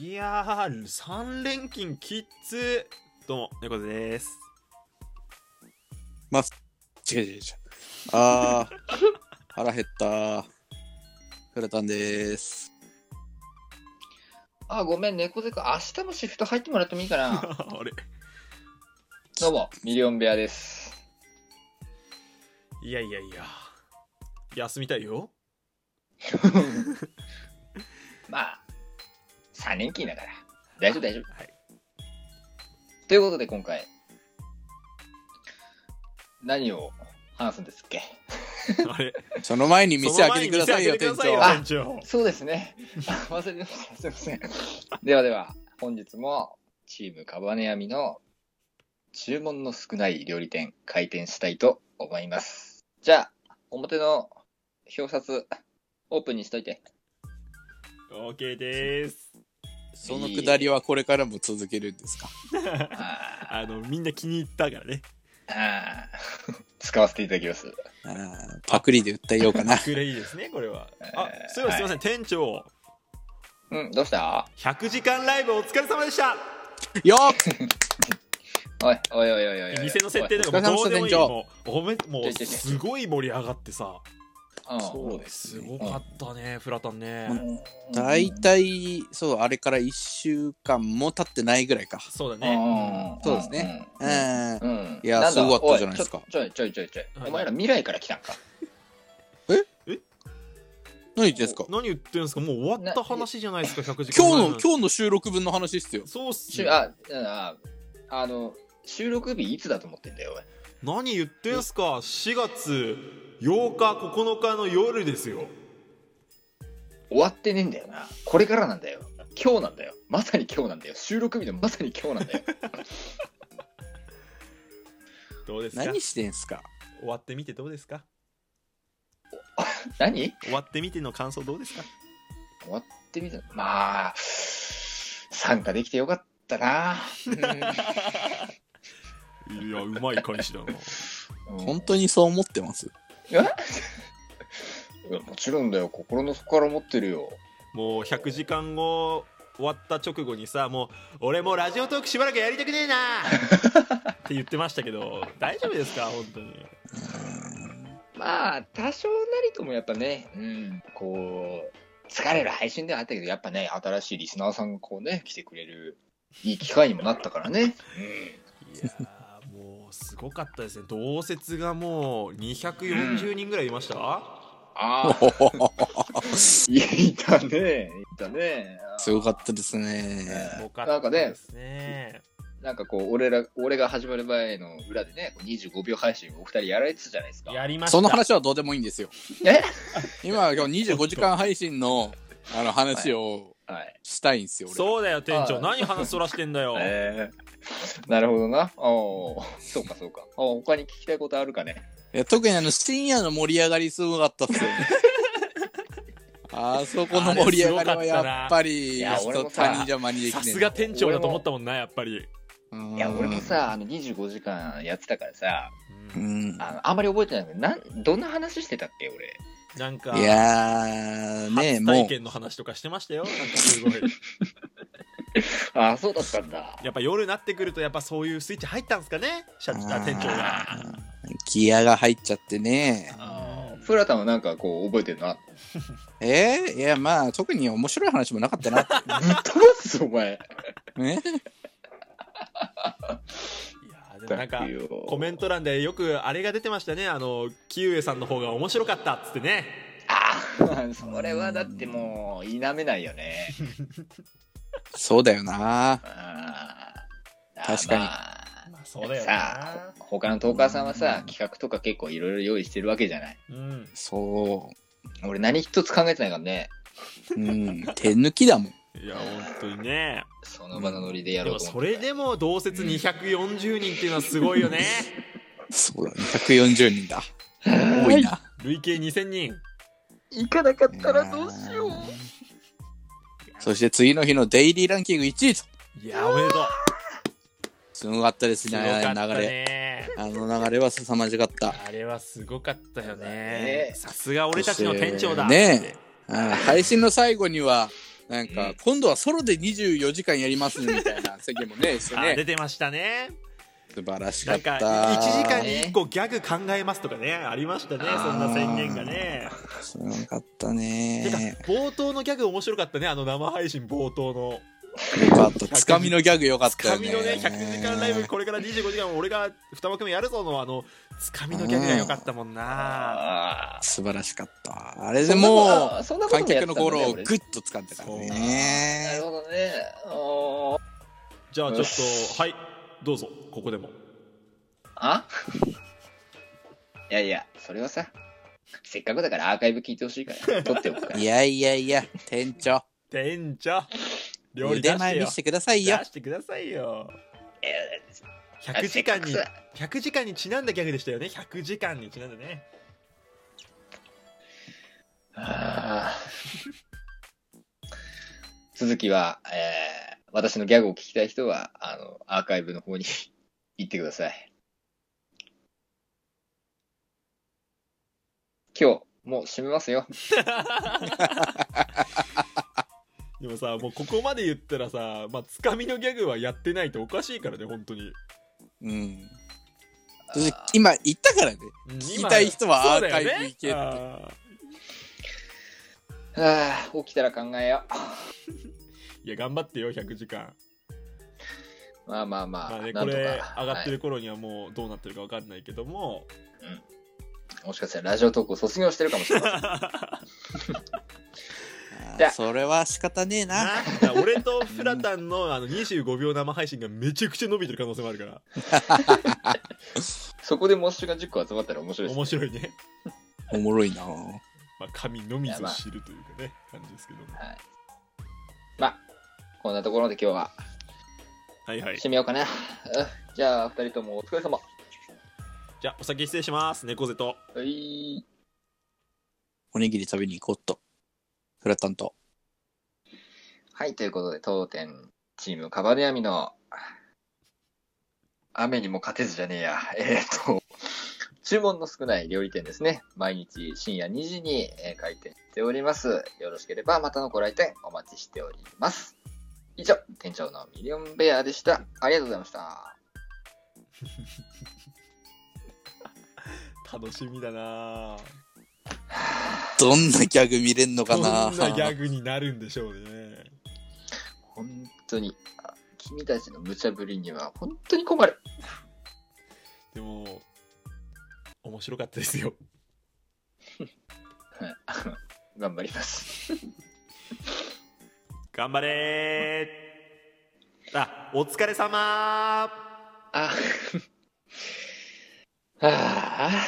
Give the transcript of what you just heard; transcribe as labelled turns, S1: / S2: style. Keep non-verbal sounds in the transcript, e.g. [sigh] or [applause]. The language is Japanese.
S1: いやー、3連勤きっつどうも、猫背
S2: [laughs]
S1: です。
S2: 違う違う違う。あー、腹減ったー。フラタンでーす。
S3: あ、ごめん、猫背くん。明日もシフト入ってもらってもいいか
S1: [laughs]
S3: な。
S1: あれ
S3: どうも、ミリオン部屋です。
S1: いやいやいや。休みたいよ。
S3: まあ、3年勤だから。大丈夫、大丈夫。
S1: はい。
S3: ということで、今回、何を話すんですっけ
S1: あれ
S2: その前に [laughs] 店開けてくださいよ、
S1: その前
S2: 店
S1: に
S2: 長。
S3: あ
S1: 店長。
S3: そうですね。 [laughs] 忘れてました。すいません。ではでは、本日も、チームカバネアミの注文の少ない料理店、開店したいと思います。じゃあ、表の表札、オープンにしといて。
S1: オーケーです。
S2: そのくだりはこれからも続けるんですか
S3: あ
S1: あの、みんな気に入ったからね。
S3: ーあー使わせていただきます。
S2: あーパクリで訴えようかな。
S1: くれいいですね、これは。あ、
S3: えー
S1: そういえばすいません、店長。
S3: うん、どうした
S1: 100時間ライブお疲れ様でした
S2: [laughs] よっ
S3: おい、おいおいおいおいおい。
S1: 店の設定
S3: で。
S1: とかもうどうでもいい
S2: お疲れ様
S1: もうおめも
S3: ちょ
S1: う
S3: いちょいちょい
S1: すごい盛り上がってさ
S3: うん、
S2: そうですす
S1: ごかったねフラタン
S2: う
S1: ね
S2: ん大体、そう、あれから1週間も経ってないぐらいか。
S1: そうだ
S3: うん
S1: ね
S3: うんん
S2: そうですね。う
S3: うんうん
S2: ん。
S3: うん。
S2: いや
S3: なんだ
S2: すごかったじゃないですか
S3: おちょちょいちょいちょいちょ
S1: はい
S3: い。お前ら未来から来たんか。
S2: 何言ってんすか
S1: 何言ってるんですかもう終わった話じゃないですか100時間
S2: 今日
S1: ラ
S2: の
S1: イブ、
S2: 今日の収録分の話っすよ。
S1: そうっす
S3: し
S1: ね
S3: ゅあ、うんあ、あの、収録日いつだと思ってんだよ、おい。
S1: 何言ってんすか4月8日9日の夜ですよ
S3: 終わってねえんだよな。これからなんだよ。今日なんだよ。まさに今日なんだよ。収録日のまさに今
S2: [laughs]
S3: 日なんだよ。
S1: どうですか
S2: 何してんすか
S1: 終わってみてどうですか
S3: 何
S1: 終わってみての感想どうですか
S3: 終わってみたまあ参加できてよかったな、
S1: いやうまい返しだな
S3: うん
S2: 本当にそう思ってます
S3: いやもちろんだよ心の底から思ってるよ
S1: もう100時間後終わった直後にさもう俺もうラジオトークしばらくやりたくねえなって言ってましたけど大丈夫ですか本当に
S3: まあ多少なりともやっぱね、うん、こう疲れる配信ではあったけどやっぱね新しいリスナーさんがこうね来てくれるいい機会にもなったからね、
S1: いやーもうすごかったですね同説がもう240人ぐらいいました、
S3: ああいたねいたね
S2: すごかったですね。
S1: すごかったですね
S3: なんかこう俺ら俺が始まる前の裏でねこう25秒配信をお二人やられてたじゃないですか
S1: やりました
S2: その話はどうでもいいんですよ。
S3: え
S2: 今、今日25時間配信のあの話を
S3: はい
S2: したいんですよ、俺は。
S1: そうだよ店長
S3: は
S1: 何話そらしてん
S2: [laughs]
S1: だよ
S3: えーなるほどな。おーそうかそうか。おー他に聞きたいことあるかね。
S2: いや特にあの深夜の盛り上がりすごかったっす
S1: [laughs]
S2: よね。あそこの盛り上がりはやっぱり、
S3: いや俺
S2: 人
S3: もさ
S2: 他人じゃ間にでき
S1: さ
S2: ねえな
S1: すが店長だと思ったもんなやっぱり、
S2: うん
S3: いや、俺もさ、あの25時間やってたからさ、
S1: う
S2: うんん。
S3: あのあんまり覚えてないけど、なんどんな話してたっけ、俺。
S1: なんか
S2: いやー、ねえ、
S1: 初
S2: も
S1: 体
S2: う、
S1: 験の話とかしてましたよなんかすごい
S3: ああ、そうだったんだ。
S1: やっぱ夜になってくるとやっぱそういうスイッチ入ったんですかね社長あ店長が
S2: あーギアが入っちゃってね。
S3: あ
S1: う
S3: ー
S1: ん
S3: フラタンはなんかこう覚えてるな。
S2: えー、いや、まあ、特に面白い話もなかったな。
S3: ぶっ飛ばすぞお前。
S2: ね、
S1: いやーでもなんかコ
S3: コ
S1: メント欄でよくあれが出てましたねあのキウエさんの方が面白かったっつってね
S3: ああ、それはだってもう、否めないよね。
S2: そうだよな。
S3: あー
S2: 確かに
S3: あー
S1: ま
S3: ま
S1: あそうだよ
S3: あ
S1: な
S3: さあ、他のトーカーさんはさ、企画とか結構いろいろ用意してるわけじゃない。
S1: うん
S2: そ
S3: 俺何一つ考えてないからね。
S2: う。うん。手抜きだもん。
S1: いや本当にね
S3: その場のノリでや
S1: で
S3: ろう
S1: も
S3: と
S1: そ
S3: 思って。
S1: れでも同説240人っていうのはすごいよね
S2: そうだ、ね、140
S1: [laughs]
S2: 人だ。多いな。
S1: 累計2000人
S3: 行かなかったら
S2: いやー
S3: どうしよう。
S2: そして次の日のデイリーランキング1位と。
S1: いやおめでとう
S2: すごかったです
S1: す
S2: ね、
S1: ご
S2: あ
S1: かった
S2: の流れ。
S1: ね
S2: あの流れは凄まじかった。
S1: あれはすごかったよ
S3: そうだね
S1: ねさすが俺たちの店長だ
S2: ねえ。うん配信の最後には、なん
S1: う
S2: か
S1: ん、
S2: 今度はソロで24時間やりますみたいな [laughs] 席もね、して
S1: あー
S2: ね。
S1: 出てましたね
S2: 素晴らしか
S1: な
S2: っ
S1: んか
S2: た。
S1: 1時間に1個ギャグ考えますとかねありましたねそんな宣言がね
S2: すごかった
S1: てか
S2: ね。
S1: 冒頭のギャグ面白かったねあの生配信冒頭の
S2: よかった。つかみのギャグよかっ
S1: つ
S2: た
S1: か
S2: よ
S1: み
S2: ね。
S1: のね100時間ライブこれから25時間俺が2幕目やるぞのあのつかみのギャグが良かったもんな
S3: あー
S2: 素晴らしかった。あれで
S3: そんなこと
S2: も
S3: そんな
S2: う、
S3: こ
S2: 観
S3: ともや
S2: 客
S3: ってたん
S2: の
S3: だね
S2: 心を
S3: 俺
S2: グッと掴んでたから
S3: な
S2: ね
S3: る。ほどね。おー
S1: じゃあちょ
S3: よ
S1: っ
S3: し
S1: とはいどうぞここでも
S3: あ [laughs] いやいや、それはさ、せっかくだからアーカイブ聞いてほしい
S1: [laughs]
S3: から、撮っておくから。
S2: いやいやいや、店長、
S1: 店長料理出し
S2: 腕
S1: て
S2: 前
S1: [laughs] よ
S2: 見してください
S1: 出
S2: よ。
S1: してくださいよ
S3: えー
S1: 100時間に
S3: せっかくさ
S1: 100時間にちなんだギャグでしたよね100時間にちなんだね
S3: あー [laughs] 続きは、えー私のギャグを聞きたい人は、あの、アーカイブの方に [laughs] 行ってください。今日、もう閉めますよ。
S1: でもさもうここまで言ったらさまあつかみのギャグはやってないとおかしいからね本当に
S2: うん。今言ったからね。
S1: 聞
S2: 聞きたい人はアーカイブ行けって
S3: あー起きたら考えよ
S1: いや頑張ってよ100時間
S3: う。まあまあまあ、
S1: まあね
S3: な
S1: こ
S3: んとか。
S1: れ上がって
S3: は
S1: る頃にはもうどうなってるか分かんないけども、
S3: いもしかしたらラジオトークを卒業してるかもしれない。
S2: あー
S3: じゃあ
S2: それは仕方ねえな。
S1: なんか俺とフラタンのあの25秒生配信がめちゃくちゃ伸びてる可能性もあるから
S3: そこでモッシュが10個集まったら面白いですね
S1: 面白いね、
S2: おもろいな。
S1: まあ、神のみぞ知るというかね感じですけども
S3: はい。まあ、こんなところで今日は
S1: はいはい
S3: 締めようかな。うんじゃあ、二人ともお疲れ様。
S1: じゃあお先失礼します猫背と
S3: はい。
S2: おにぎり食べに行こうっと。フラタンと。
S3: はい、ということで、当店、チームカバネアミの、雨にも勝てずじゃねえや。えーっと、注文の少ない料理店ですね。毎日深夜2時に、えー開店しております。よろしければ、またのご来店お待ちしております。以上、店長のミリオンベアでした。ありがとうございました。
S1: 楽しみだなぁ
S2: どんなギャグ見れんのか
S1: どん
S2: な。
S1: なギャグになるんでしょうね
S3: 本当に、あ君たちの無茶ぶりには本当に困る。
S1: でも面白かったですよ
S3: はいあの頑張ります。
S1: 頑張れーあお疲
S3: [laughs]
S1: れ様ー
S3: あ、はあ。